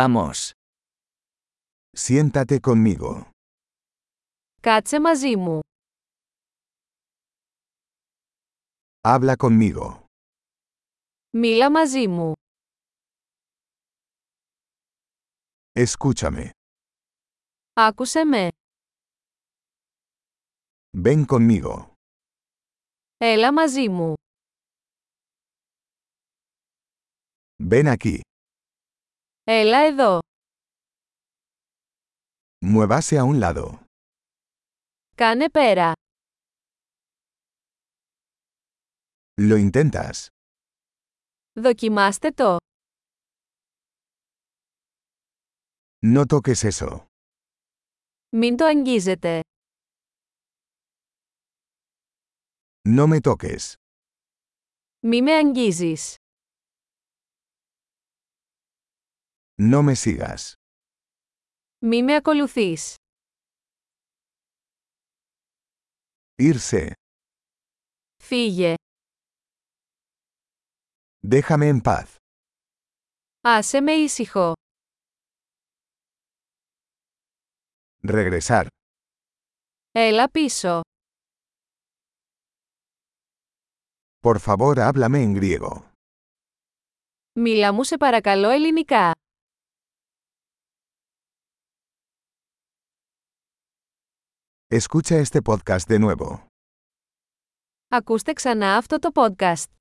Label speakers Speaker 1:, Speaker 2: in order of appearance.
Speaker 1: Vamos.
Speaker 2: Siéntate conmigo.
Speaker 3: Κάτσε μαζί μου.
Speaker 2: Habla conmigo.
Speaker 3: Μίλα μαζί μου.
Speaker 2: Escúchame.
Speaker 3: Άκουσε με.
Speaker 2: Ven conmigo.
Speaker 3: Έλα μαζί μου.
Speaker 2: Ven aquí.
Speaker 3: Έλα εδώ.
Speaker 2: Muévase a un lado.
Speaker 3: Κάνε πέρα.
Speaker 2: Lo intentas.
Speaker 3: Δοκιμάστε το.
Speaker 2: No toques eso.
Speaker 3: Μην το αγγίζετε.
Speaker 2: No me toques.
Speaker 3: Μη με αγγίζεις.
Speaker 2: No me sigas.
Speaker 3: Μη με ακολουθείς.
Speaker 2: Irse.
Speaker 3: Φύγε.
Speaker 2: Déjame en paz.
Speaker 3: Άσε με ήσυχο.
Speaker 2: Regresar.
Speaker 3: Έλα πίσω.
Speaker 2: Por favor, háblame en griego.
Speaker 3: Μίλα μου σε παρακαλώ ελληνικά.
Speaker 2: Escucha este podcast de nuevo.
Speaker 3: Ακούστε ξανά αυτό το podcast.